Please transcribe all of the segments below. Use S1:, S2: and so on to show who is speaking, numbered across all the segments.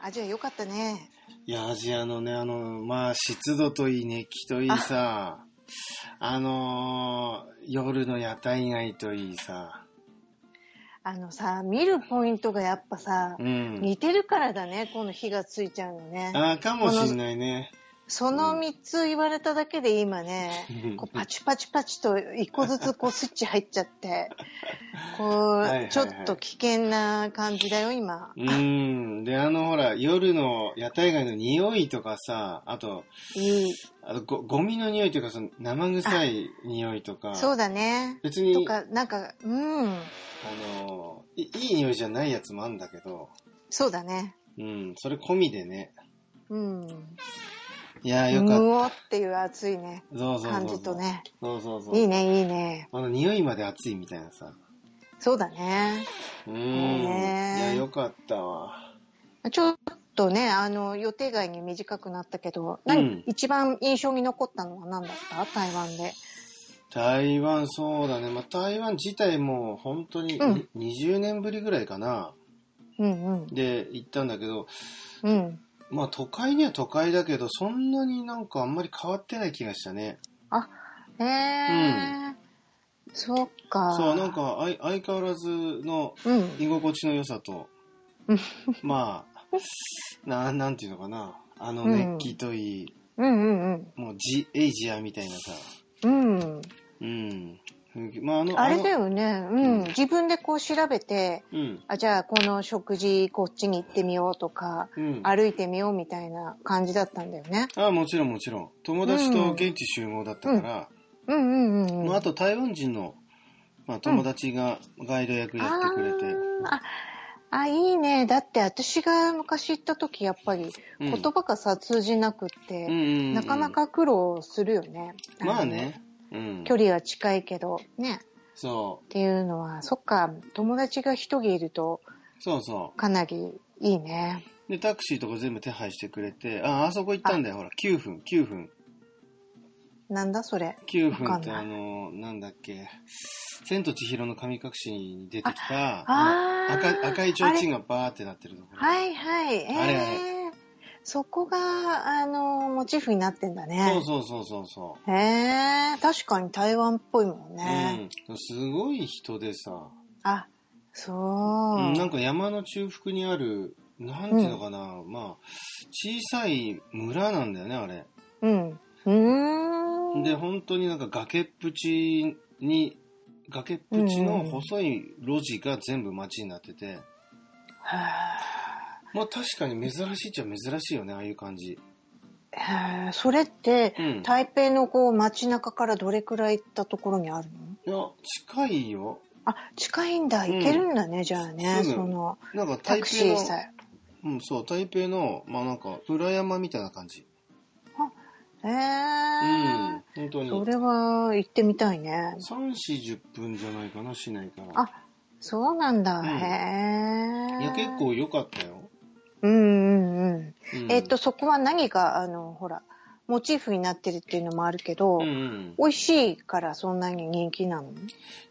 S1: アジア良かったね。
S2: いや、アジアのね、あの、まあ、湿度といい熱気といいさ、あのー夜の屋台街といいさ、
S1: あのさ、見るポイントがやっぱさ
S2: う、ん。
S1: 似てるからだね、この火がついちゃうのね。
S2: ああ、かもしんないね。
S1: その3つ言われただけで今ね、こうパチパチパチと1個ずつこうスイッチ入っちゃ って、こ、
S2: いはいはいう
S1: ちょっと危険な感じだよ、今。
S2: うん。で、あの、ほら、夜の屋台街の匂いとかさ、あと、
S1: いい。
S2: あとご、ゴミの匂いというか、その、生臭い匂いとか、
S1: そうだね。
S2: 別
S1: と
S2: に、あ
S1: か、なんか、うん、
S2: のーい、いい匂いじゃないやつもあんだけど、
S1: そうだね。
S2: うん、それ込みでね。
S1: うん。
S2: いやー、よかっ
S1: むおっていう熱いね、
S2: た。そうそうそうそう。
S1: 感じとね。
S2: そうそうそう。
S1: いいね、いいね。
S2: あの、匂いまで熱いみたいなさ。
S1: そうだね。
S2: うーん。
S1: ねえ
S2: いや、よかったわ。
S1: ちょっとね、あの、予定外に短くなったけど、何、
S2: うん
S1: 一番印象に残ったのは何だった台湾で。
S2: 台湾、そうだね。まあ、台湾自体も本当に
S1: うん
S2: に20年ぶりぐらいかな。
S1: うんうん。
S2: で、行ったんだけど、
S1: うん。
S2: まあ、都会には都会だけど、そんなになんかあんまり変わってない気がしたね。
S1: えー。そっか。
S2: そう、なん。かあい相変わらずの
S1: うん。
S2: 居心地の良 さと
S1: うん、
S2: まあ、ななんていうのかな。あの
S1: うん
S2: 熱気といい、
S1: うんうん
S2: もうジ、エイジアみたいなさ。
S1: うん。うん。
S2: うん。まあ、あの、
S1: あれだよね。うん
S2: う。ん
S1: 自分でこう調べて、
S2: あのうん。
S1: あ、じゃあこの食事こっちに行ってみようとか、
S2: うん。
S1: 歩いてみようみたいな感じだったんだよね。
S2: ああもちろんもちろん。友達と現地集合だったから、
S1: うんうんうんうん。
S2: まあ、あと台湾人の、まあ、友達がガイド役やってくれて、
S1: あーああ、いいね。だって私が昔行った時、やっぱり
S2: うん
S1: 言葉がさ、通じなくっ
S2: うん
S1: て、
S2: うんうん
S1: なかなか苦労するよね。
S2: まあ
S1: の
S2: ね、うん、
S1: 距離は近いけど、ね。
S2: そ
S1: っていうのは、そっか、友達が一人いると、
S2: うそうそ
S1: かなりいいね。
S2: うでタクシーとか全部手配してくれてああそこ行ったんだよほら9分9分
S1: なんだそれ。
S2: 9分って
S1: わか
S2: あ
S1: ん
S2: のなんだっけ「千と千尋の神隠し」に出てきた
S1: あー
S2: 赤赤い提灯がバーってなってるところ、
S1: はいはい。えー、
S2: あれあ
S1: そこが、あの、モチーフになってんだね。
S2: そうそうそうそうそう
S1: へえー、確かに台湾っぽいもんね。
S2: うん、すごい人でさ、
S1: あ、そう。
S2: うんなんか山の中腹にあるなんていうのかな、まあ小さい村なんだよねあれ
S1: うん。うーん。
S2: で本当になんか崖っぷちに崖っぷちの細い路地が全部街になってて、
S1: は
S2: まあ確かに珍しいっちゃ珍しいよねああいう感じ
S1: あへえそれって、
S2: うん
S1: 台北のこう街中からどれくらい行ったところにあるの
S2: いや近いよ
S1: あ、近いんだ。
S2: うん
S1: 行けるんだね、じゃあね。
S2: すぐ
S1: その、
S2: なんか
S1: タ
S2: 台
S1: クシー
S2: 北
S1: さ
S2: の
S1: え。
S2: うんそう台北のまあなんか裏山みたいな感じ
S1: へ
S2: うん
S1: え
S2: 本当
S1: ー。
S2: に
S1: それは行ってみたいね。
S2: 3、40分じゃないかな、市内から。
S1: あ、そうなんだ。
S2: うん
S1: へえ。
S2: いや、結。構良かったよ。
S1: うんうんうん。
S2: うん
S1: えっと、、そこは何が、あの、ほら、モチーフになってるっていうのもあるけど、
S2: うんうん。
S1: 美味しいからそんなに人気なの
S2: い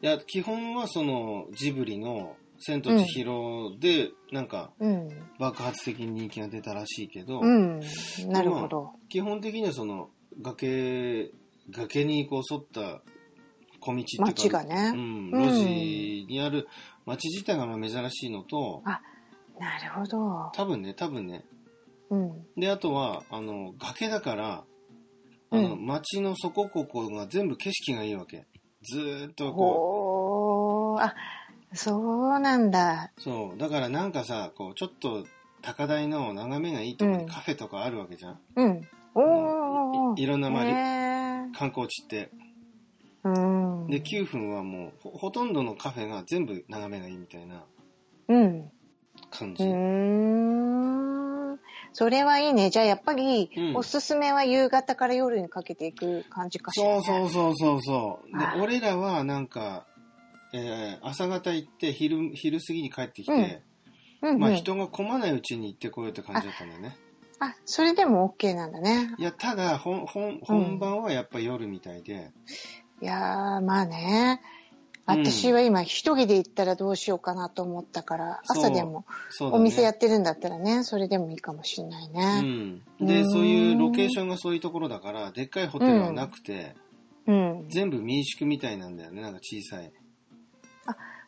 S2: や、基本はその、ジブリの、千と千尋で、なんか、
S1: うん。
S2: 爆発的に人気が出たらしいけど、
S1: うん。なるほど。
S2: 基本的にはその、崖、崖にこう沿った小道って
S1: 街
S2: いうか、
S1: がね
S2: うん、
S1: うん
S2: 路地にある街自体がまあ珍しいのと、
S1: なるほど。
S2: 多分ね、多分ね。
S1: うん。
S2: で、あとは、あの、崖だから、あの、
S1: う
S2: 街のそこここが全部景色がいいわけ。ずーっとこ
S1: ほー。あ、そうなんだ。
S2: う、そう。だからなんかさ、こう、ちょっと高台の眺めがいいとこ
S1: うん
S2: にカフェとかあるわけじゃん。
S1: うん。おーおーお
S2: いいろんな周
S1: へ
S2: り
S1: ー
S2: 観光地って。
S1: うん。
S2: で、9分はもうほ、ほとんどのカフェが全部眺めがいいみたいな
S1: うん。
S2: 感
S1: う
S2: じ。
S1: ーん。それはいいね。じゃあやっぱり、
S2: うん
S1: おすすめは夕方から夜にかけていく感じかしら、
S2: そ
S1: ね。
S2: うそうそうそうそう。で
S1: あ、ー
S2: 俺らはなんか、えー朝方行って昼、昼過ぎに帰ってきて、
S1: うんうん。
S2: まあ人が混まないうちに行ってこようって感じだったんだよね。
S1: あ、それでも OK なんだね。
S2: いや、ただ、ほん、ほん、本番はやっぱ夜みたいで、
S1: いやー、まあね。私は今一人で行ったらどうしようかなと思ったから、
S2: そう
S1: 朝でも
S2: そうだ
S1: お
S2: ね
S1: 店やってるんだったらねそれでもいいかもしれないね
S2: うん、で
S1: うん
S2: そういうロケーションがそういうところだからでっかいホテルはなくて、
S1: うん、
S2: 全部民宿みたいなんだよねなんか小さい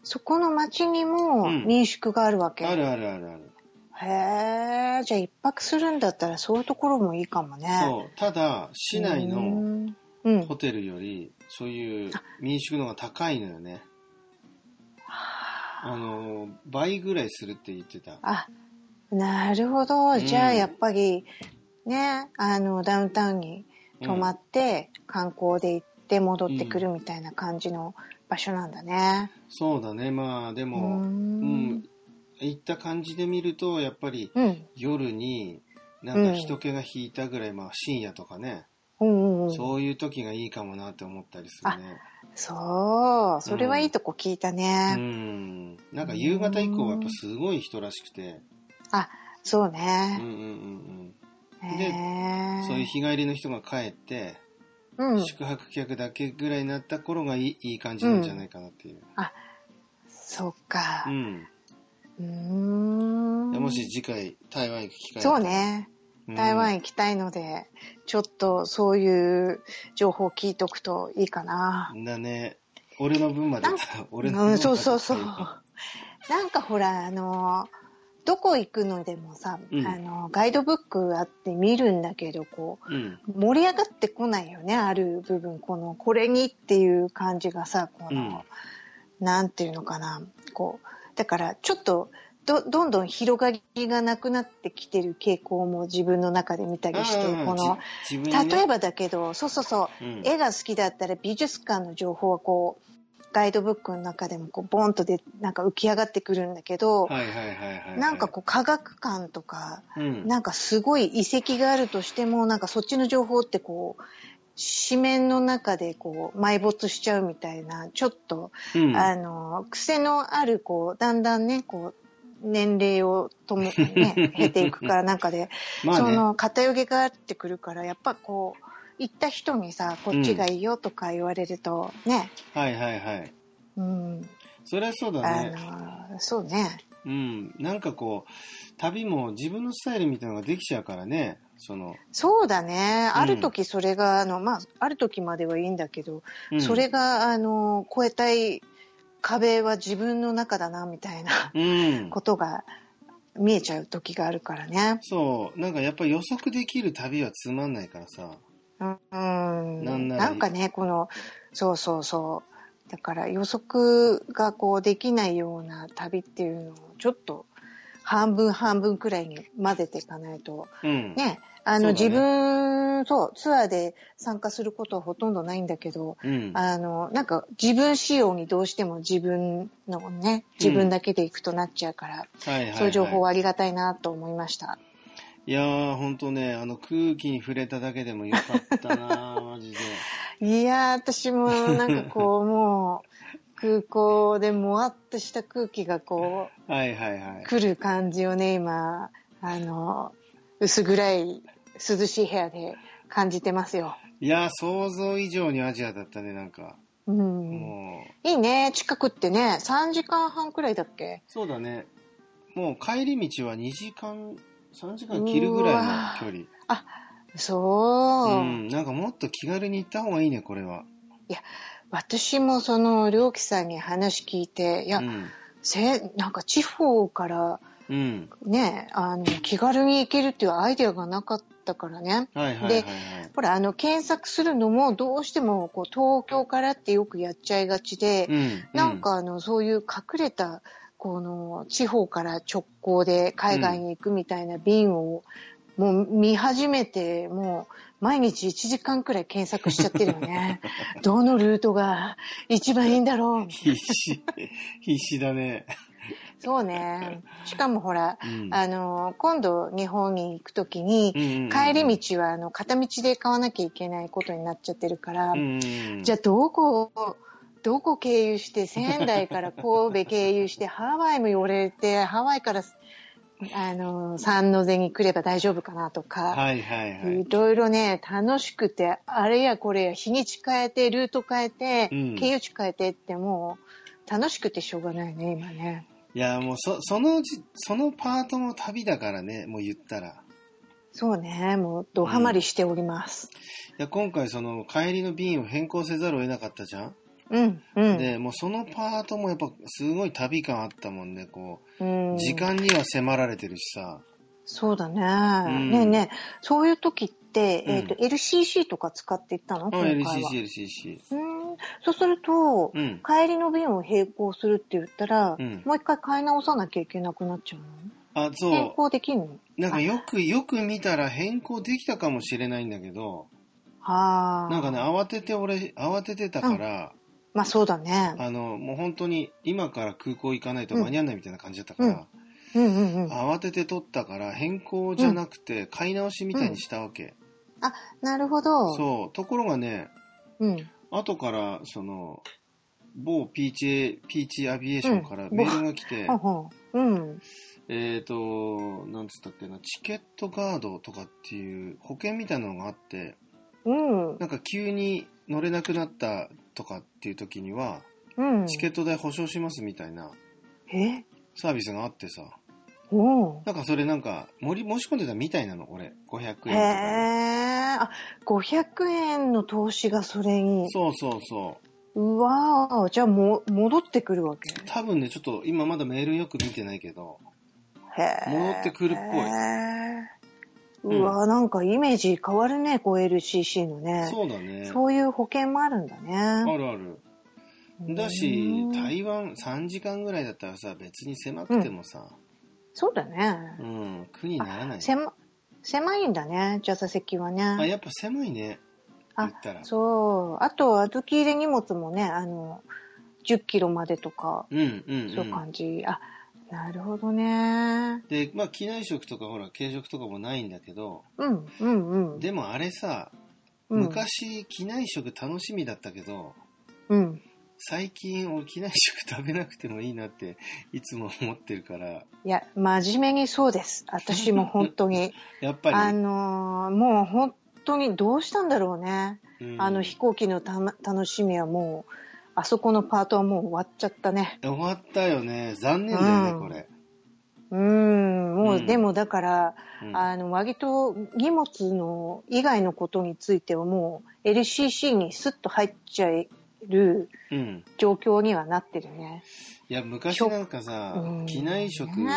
S1: そこの町にも
S2: うん
S1: 民宿があるわけ、
S2: あるあるあるある、
S1: へえじゃあ一泊するんだったらそういうところもいいかもね
S2: そうただ市内
S1: う
S2: の
S1: んうん
S2: ホテルよりそういう民宿の方が高いのよねあの倍ぐらいするって言ってた
S1: あなるほどじゃあ
S2: うん
S1: やっぱりねあのダウンタウンに泊まって観光で行って戻ってくるみたいな感じの場所なんだね。
S2: そうだねまあで
S1: う
S2: も、うん
S1: ん。
S2: 行った感じで見るとやっぱり
S1: うん。
S2: 夜になんか人気が引いたぐらい、まあ深夜とかね、
S1: うんうんうん。
S2: そういう時がいいかもなって思ったりするね
S1: そう。それはいいとこ聞いた
S2: う
S1: ね。
S2: んなんか夕方以降はやっぱすごい人らしくて
S1: そう
S2: うんう
S1: ね。
S2: んうんでう
S1: へ
S2: ん
S1: え
S2: そういう日帰りの人が帰って
S1: うん。
S2: 宿泊客だけぐらいになった頃がいいいい感じなんじゃないかなっていう、
S1: そうか
S2: う。
S1: うーん。
S2: んもし次回台湾行く機会
S1: そう、ね。
S2: うん
S1: 台湾行きたいので、ちょっとそういう情報を聞いとくといいかな。
S2: だね俺の分まで
S1: なん
S2: 俺の
S1: う
S2: 分ま
S1: ん、
S2: で
S1: そうそうそう。なんかほら、あの、どこ行くのでもさ、
S2: うん
S1: あの、ガイドブックあって見るんだけど、こ
S2: うん
S1: う、盛り上がってこないよね、ある部分。この、これにっていう感じがさ、この、なんていうのかな、こう、だからちょっと、ど、どんどん広がりがなくなってきてる傾向も自分の中で見たりして、この、
S2: じ自分にね
S1: 例えばだけど、そうそうそう、
S2: うん
S1: 絵が好きだったら美術館の情報はこうガイドブックの中でもこうボンとでなんか浮き上がってくるんだけど、
S2: はいはいはいはいはい
S1: なんかこう科学館とか
S2: うん
S1: なんかすごい遺跡があるとしてもなんかそっちの情報ってこう紙面の中でこう埋没しちゃうみたいなちょっと、
S2: うん
S1: あの癖のあるこうだんだんねこう年齢をとも、 ね、経ていくからなんかで
S2: まあ
S1: そ
S2: ね
S1: の偏りがあってくるからやっぱこう行った人にさこっちがいいよとか言われるとね、
S2: はいはいはい
S1: うん
S2: それはそうだ
S1: あ
S2: ね
S1: のそうね
S2: うん、なんかこう旅も自分のスタイルみたいなのができちゃうからねその、
S1: そうだね
S2: うん
S1: ある時それが、あのまあある時まではいいんだけど、
S2: うん
S1: それがあの超えたい壁は自分の中だなみたいな
S2: うん
S1: ことが見えちゃう時があるからね。
S2: そうなんかやっぱ予測できる旅はつまんないからさ
S1: うん、
S2: なんなら
S1: なんかねこのそうそうそうだから予測がこうできないような旅っていうのをちょっと半分半分くらいに混ぜていかないと
S2: うん、
S1: ねあの
S2: そうだね
S1: 自分そうツアーで参加することはほとんどないんだけど
S2: うん、
S1: あのなんか自分仕様にどうしても自分のね自分だけで行くとなっちゃうから、
S2: はいはい、はい、
S1: そういう情報はありがたいなと思いました。
S2: いやーほんとねあの空気に触れただけでもよかったな マジで
S1: いやー、私もなんかこう、もう、空港でもわっとした空気がこ、
S2: はいはいはいう
S1: 来る感じをね、今、あの、薄暗い涼しい部屋で感じてますよ。
S2: いやー想像以上にアジアだったねなんか、
S1: うん。
S2: もう
S1: いいね、近くってね、3時間半くらいだっけ
S2: そうだねもう帰り道は2時間3時間切るぐらいの距離
S1: そう。
S2: うん、なんかもっと気軽に行った方がいいね、これは。
S1: 私もその、りょうきさんに話聞いて、いや、
S2: うん。
S1: せ、なんか地方から
S2: うん。
S1: ね、あの、気軽に行けるっていうアイデアがなかったからね。
S2: はいはいはい、はい
S1: で。ほら、あの、検索するのもどうしても、こう、東京からってよくやっちゃいがちで、
S2: うん。
S1: なんかあの、そういう隠れた、この、地方から直行で海外に行くみたいな便を、もう見始めて、もう、毎日1時間くらい検索しちゃってるよ ね。どのルートが一番いいんだろう。
S2: 必死。 必死だね。
S1: そうね。しかもほら、
S2: うん。
S1: あの、今度日本に行くときに、
S2: うんうんうん
S1: 帰り道は、あの、片道で買わなきゃいけないことになっちゃってるから、
S2: うんうんうん。
S1: じゃあどこをどこ経由して仙台から神戸経由してハワイも寄れてハワイからあの、三の瀬に来れば大丈夫かなとか、
S2: はいはいはい
S1: い。ろいろね、楽しくて、あれやこれや、日にち変えて、ルート変えて、
S2: うん
S1: 経由地変えてって、もう、楽しくてしょうがないね、今ね。
S2: いや、もうそ、そのうち、そのパートも旅だからね、もう言ったら。
S1: そうね、もう、ドハマりしております。
S2: いや、今回その帰りの便を変更せざるを得なかったじゃん、
S1: うん、うん。
S2: で、もうそのパートもやっぱすごい旅感あったもんね、こ
S1: う
S2: う、
S1: ん
S2: 時間には迫られてるしさ。
S1: そうだね。
S2: ん
S1: ねえねえ、そういう時って、
S2: うん
S1: えっ、と、LCC とか使っていったの、
S2: うん、
S1: 今回は。
S2: LCC、LCC。
S1: うん。そうすると、
S2: うん。
S1: 帰りの便を並行するって言ったら、
S2: うん
S1: もう一回買い直さなきゃいけなくなっちゃうの
S2: あ、
S1: 変
S2: そ
S1: 更できんの
S2: う。なんかよく、よく見たら変更できたかもしれないんだけど、
S1: ああ。
S2: なんかね、慌てて俺、慌ててたから、
S1: まあそうだね。
S2: あの、もう本当に今から空港行かないと間に合わないみたいな感じだったから、
S1: うんうんうん。
S2: 慌てて取ったから変更じゃなくて買い直しみたいにしたわけ。
S1: なるほど。
S2: そう。ところがね、
S1: うん。
S2: 後から、その、某ピーチ、ピーチアビエーションから
S1: うん
S2: メールが来て、
S1: ほうほう。うん。
S2: えっ、と、なんつったっけな、チケットガードとかっていう保険みたいなのがあって、
S1: うん。
S2: なんか急に乗れなくなったとかっていう時には、
S1: うん。
S2: チケット代保証しますみたいな
S1: え
S2: サービスがあってさ、
S1: おう。
S2: なんかそれなんか、盛り、申し込んでたみたいなの、俺、500円とか
S1: へえ。
S2: で。
S1: あ、500円の投資がそれに。
S2: そうそうそう。
S1: うわーじゃあも、戻ってくるわけ。
S2: 多分ね、ちょっと今まだメールよく見てないけど、
S1: へえ。
S2: 戻ってくるっぽい
S1: ぽうわーなんかイメージ変わるね、こう LCC のね。
S2: そうだね。
S1: そういう保険もあるんだね。
S2: あるある。だし
S1: うん、
S2: 台湾3時間ぐらいだったらさ、別に狭くてもさ、
S1: そうだね。
S2: うん、苦にならない。
S1: 狭狭いんだね、じゃあ座席は
S2: あ、
S1: ね。
S2: やっぱ狭いね。
S1: あ
S2: 言ったら。
S1: そう。あと、預け入れ荷物もね、あの、10キロまでとか、
S2: うんうん。
S1: そうういうん感じ。あ、なるほどね。
S2: で、まあ、機内食とかほら、軽食とかもないんだけど、
S1: うん、うん、うん。
S2: でもあれさ、
S1: うん、
S2: 昔、機内食楽しみだったけど、
S1: うん。
S2: 最近俺機内食食べなくてもいいなっていつも思ってるから、
S1: いや、真面目にそうです。私も本当に。
S2: やっぱ
S1: あ
S2: り、
S1: のーもう本当にどうしたんだろうね。
S2: うん
S1: あの飛行機のたの楽しみはもう、あそこのパートはもう終わっちゃったね。
S2: 終わったよね。残念だよね、
S1: うん
S2: これ。
S1: うん、もう、
S2: うん
S1: でもだから、
S2: うん
S1: あの、割と荷物の以外のことについてはもう LCC にスッと入っちゃえる
S2: うん。
S1: 状況にはなってるね。
S2: いや、昔なんかさ
S1: う、ん
S2: 機内食
S1: ね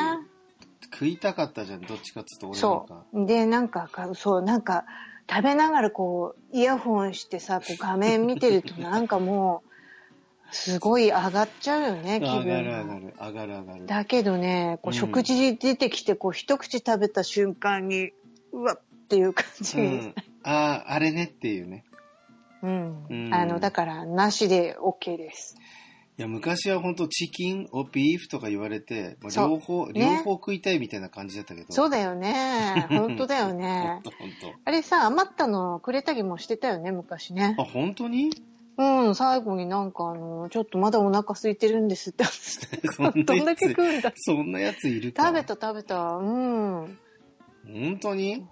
S2: 食いたかったじゃん、どっちかっつうと俺なん
S1: そ
S2: か。
S1: う。で、なんかか、そう、なんか、食べながらこう、イヤホンしてさ、こう画面見てるとなんかもう、すごい上がっちゃうよね、気
S2: 上がる上が
S1: 分が。
S2: る、上がる上がる。
S1: だけどね、こう
S2: うん
S1: 食事出てきて、こう一口食べた瞬間に、うわっていう感じ。
S2: うん。ああ、あれねっていうね。
S1: うん
S2: うん
S1: あの、だから、なしで OK です。
S2: いや、昔は本当チキン、をビーフとか言われて、まあ
S1: そう
S2: 両方、
S1: ね
S2: 両方食いたいみたいな感じだったけど。
S1: そう
S2: だ
S1: だよね。本当だよね
S2: 本。当本
S1: あれさ、余ったのくれたりもしてたよね、昔ね
S2: 当。あ、。本当に
S1: うん、最後になんかあの、ちょっとまだお腹空いてるんですって。
S2: そんなやつ
S1: どんだけ食うんだ。
S2: そんなやついるか
S1: 食べた食べた。うん。
S2: 本当に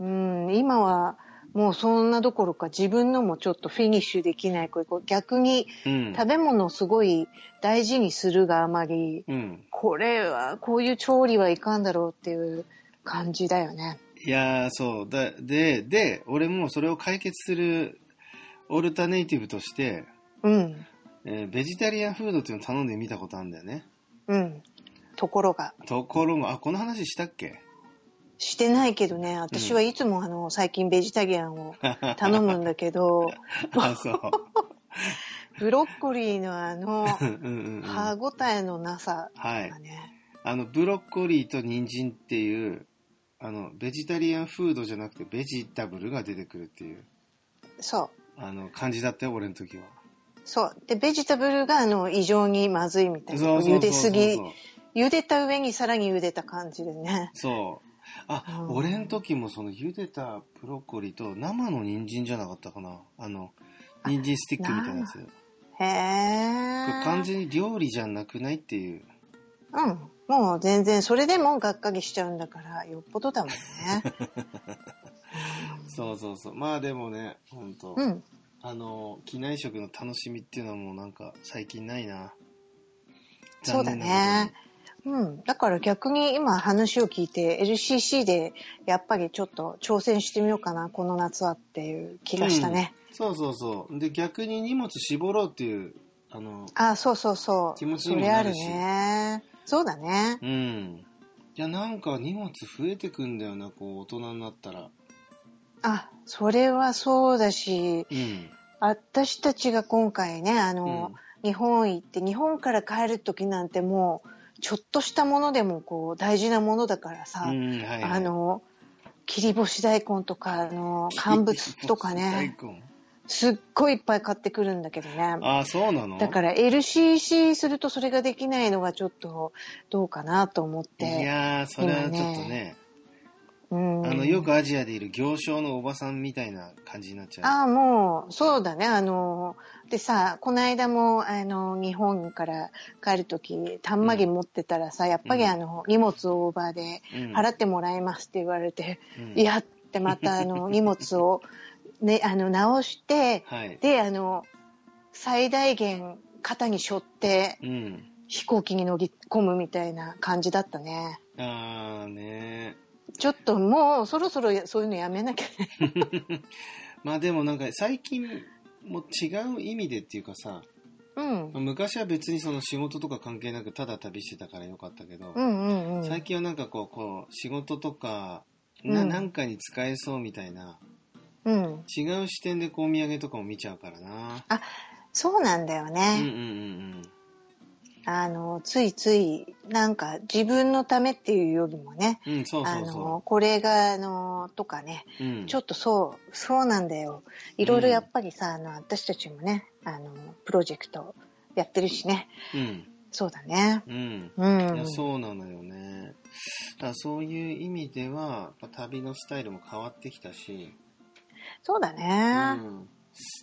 S1: うん、今は、もうそんなどころか自分のもちょっとフィニッシュできない。こうこう逆に
S2: うん。
S1: 食べ物をすごい大事にするがあまり、
S2: うん。
S1: これは、こういう調理はいかんだろうっていう感じだよね。
S2: いやー、そう。だ、で、で、俺もそれを解決する、オルタネイティブとして、
S1: うん。
S2: えーベジタリアンフードっていうのを頼んでみたことあるんだよね。
S1: うん。ところが、
S2: ところが、あ、この話したっけ
S1: してないけどね、私はいつもあの、最近ベジタリアンを頼むんだけど、
S2: あ、 そう。
S1: ブロッコリーのあの、
S2: うんうんうん。
S1: 歯
S2: は
S1: ごたえのなさ
S2: い
S1: が。ね、
S2: あの、ブロッコリーと人参っていう、あの、ベジタリアンフードじゃなくて、ベジタブルが出てくるっていう、
S1: そう。
S2: あの、感じだったよ、俺の時は。
S1: そう。で、ベジタブルが、あの、異常にまずいみたいな。
S2: そうそうそうそう。
S1: 茹ですぎ、茹でた上にさらに茹でた感じでね。
S2: そう。あ、
S1: うん
S2: 俺の時もその茹でたブロッコリーと生の人参じゃなかったかな。あの、人参スティックみたいなやつ。こ
S1: へ
S2: れ
S1: ー。
S2: 完全に料理じゃなくないっていう。
S1: うん。もう全然、それでもがっかりしちゃうんだから、よっぽどだもん ね。
S2: そうそうそう。まあでもね、ほんと。
S1: うん。
S2: あの、機内食の楽しみっていうのはもうなんか最近ないな。
S1: そうだ
S2: 残念な
S1: ね。うん。だから逆に今話を聞いて LCC でやっぱりちょっと挑戦してみようかな、この夏はっていう気がしたね。
S2: ことに。そうそうそう。で、逆に荷物絞ろうっていう、あの、
S1: あ、そうそうそう。
S2: 気持ちに
S1: そ
S2: も
S1: れ
S2: な
S1: あ
S2: る
S1: る
S2: し
S1: ね。そうだね。
S2: うん。いや、なんか荷物増えてくんだよな、こう、大人になったら。
S1: あ、それはそうだし、
S2: うん。
S1: 私たちが今回ね、あ
S2: うん
S1: の、日本行って、日本から帰る時なんてもう、ちょっとしたものでもこう、大事なものだからさ、
S2: うん、はい、はい。
S1: あの、切り干し大根とか、あの、乾物とかね、
S2: 大根。
S1: すっごいいっぱい買ってくるんだけどね。
S2: あ、そうなの
S1: だから LCC するとそれができないのがちょっとどうかなと思っ
S2: い
S1: て。
S2: やー、それはちょっと
S1: 今
S2: ね、
S1: うん、
S2: あの、よくアジアでいる行商のおばさんみたいな感じになっちゃう。
S1: ああ、もう、そうだね。あの、でさ、この間も、あの、日本から帰るとき、たんまり持ってたらさ、やっぱり
S2: うん
S1: あの、荷物オーバーで、
S2: うん
S1: 払ってもらいますって言われて、
S2: うん
S1: いやってまた、あ の、荷物を、ね、あの、直して、
S2: はい。
S1: で、あの、最大限、肩に背負って、
S2: うん。
S1: 飛行機に乗り込むみたいな感じだったね。
S2: あーね
S1: ちょっともう、そろそろやそういうのやめなきゃね。
S2: まあでもなんか最近も違う意味でっていうかさ、
S1: うん。
S2: 昔は別にその仕事とか関係なくただ旅してたからよかったけど、
S1: うんうんうん。
S2: 最近はなんかこう、こう、仕事とか、な、
S1: うん
S2: なんかに使えそうみたいな、
S1: うん。
S2: 違う視点でこうお土産とかも見ちゃうからな。
S1: そうなんだよ
S2: うんうん
S1: ね、あの、ついつい、なんか自分のためっていうよりもね、
S2: うんうん。うん、そうそう
S1: あ
S2: そ
S1: の、これが、あの、とかね、
S2: う。うん
S1: ちょっとそう、そうなんだよ。いろいろやっぱりさ、あの、私たちもね、あの、プロジェクトやってるしね、
S2: うん。
S1: そうだね。
S2: うん。
S1: う
S2: いや
S1: ん。
S2: そうなのよね。だからそういう意味では、やっぱ旅のスタイルも変わってきたし、
S1: そうだ
S2: う
S1: ね。
S2: ん、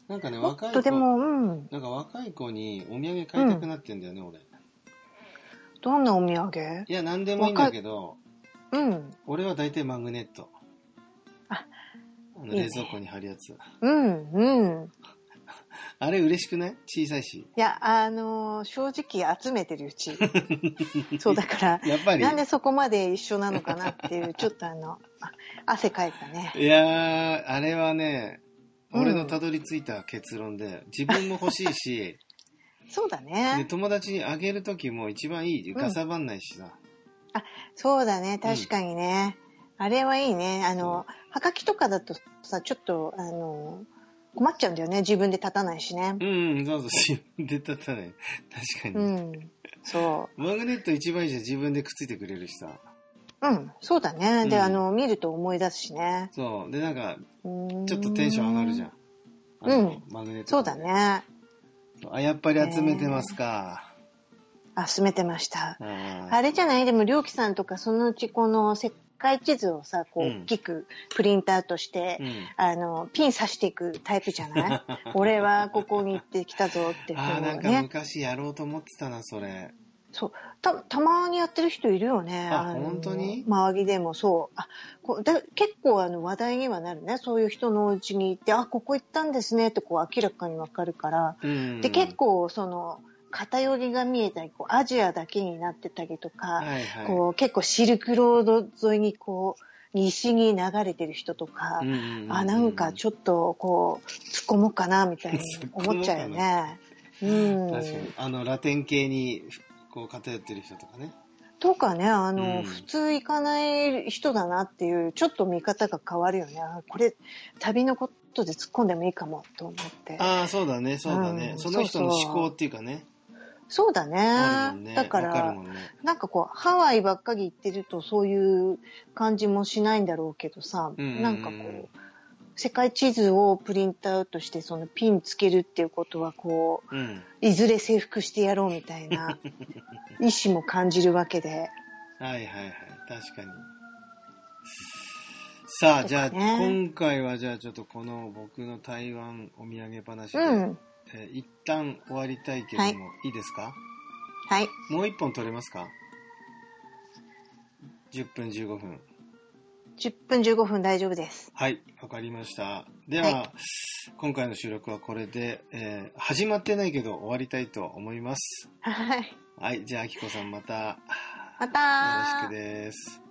S2: なんかね、
S1: もっ
S2: 若い
S1: と
S2: 子、
S1: でも、うん。
S2: なんか若い子にお土産買いたくなってんだよね、俺。い
S1: どんなお土産
S2: や、なんでもいいんだけど、
S1: うん。
S2: 俺は大体マグネット。
S1: あ
S2: あの
S1: いいね
S2: 冷蔵庫に貼るやつ。
S1: うん、うん。
S2: あれ嬉しくない小さいし。
S1: いや、あの、正直集めてるう ち。そうだから、
S2: やっぱり。
S1: なんでそこまで一緒なのかなっていう、ちょっとあ の、あ汗かいたね。
S2: いやー、あれはね、
S1: うん
S2: 俺のたどり着いた結論で、自分も欲しい し、
S1: そうだ
S2: で
S1: ね。
S2: 友達にあげるときも一番いい。
S1: ん
S2: かさばんないしな。
S1: そうだね。確かにね。あれはいいね。あの、はがきとかだとさ、ちょっと、あの、困っちゃうんだよね。自分で立たないしね
S2: う。ん、うん、そうそう、自分で立たない。確か
S1: う
S2: に。
S1: ん。そ
S2: マグネット一番いいじゃん、自分でくっついてくれるしさ。
S1: う。うん。そうだね。
S2: う
S1: で、
S2: ん
S1: あの、見ると思い出すしね。
S2: そう。で、なんか、
S1: ちょ
S2: ちょっとテンション上がるじゃん。あのマグネット。
S1: そうだ。ね。
S2: あ、やっぱり集めてますか。
S1: あ、進めてました。
S2: あー
S1: あれじゃないでも、りょうきさんとか、そのうちこの世界地図をさ、こう、
S2: うん
S1: 大きくプリンターとして、
S2: うん。
S1: あの、ピン刺していくタイプじゃ ない俺はここに行ってきたぞっていう
S2: あー、な
S1: のを
S2: んか
S1: ね。
S2: 昔やろうと思ってたな、それ。
S1: そう。た、たまにやってる人いるよね。
S2: あ
S1: の
S2: 本当に
S1: 周りでもそう。あ、こうだ結構あの話題にはなるね。そういう人のうちに行って、あ、ここ行ったんですねってこう明らかにわかるから。
S2: うん。
S1: で、結、構その、偏りが見えたり、こう、アジアだけになってたりとか、
S2: はいはい。
S1: こう結構シルクロード沿いにこう西に流れてる人とか、
S2: うんうんうん、
S1: あなんかちょっとこう突っ込もうかなみ たいに思っちゃうよね。うん、
S2: 確かに。あの、ラテン系に、こう、偏ってる人とかね。
S1: とかねあの、
S2: うん
S1: 普通行かない人だなっていうちょっと見方が変わるよねあこれ旅のことで突っ込んでもいいかもと思って
S2: ああ、そうだね、そうだね。
S1: うん
S2: その人の
S1: そうそ
S2: 思
S1: う
S2: 考っていうかね。
S1: そうだ
S2: ある
S1: ね
S2: もんね。
S1: だか
S2: わからるもんね。
S1: なんかこうハワイばっかり行ってるとそういう感じもしないんだろうけどさ、
S2: うんうんうん
S1: なんかこう世界地図をプリントアウトしてそのピンつけるっていうことはこ
S2: うん。
S1: ういずれ征服してやろうみたい な意志も感じるわけで
S2: はいはいはい。確かに。さあ、
S1: とかね
S2: じゃあ、今回はじゃあちょっとこの僕の台湾お土産話で、
S1: うん
S2: えー一旦終わりたいけれども、い、いですか
S1: はい
S2: もう一本取れますか10分15分。
S1: 10分15分大丈夫です。
S2: はい、わかりました。では、
S1: は
S2: 今回の収録はこれで、えー始まってないけど終わりたいと思います。
S1: はい。
S2: はい、じゃあ、あきこさんまた、よ
S1: また
S2: ろしくです。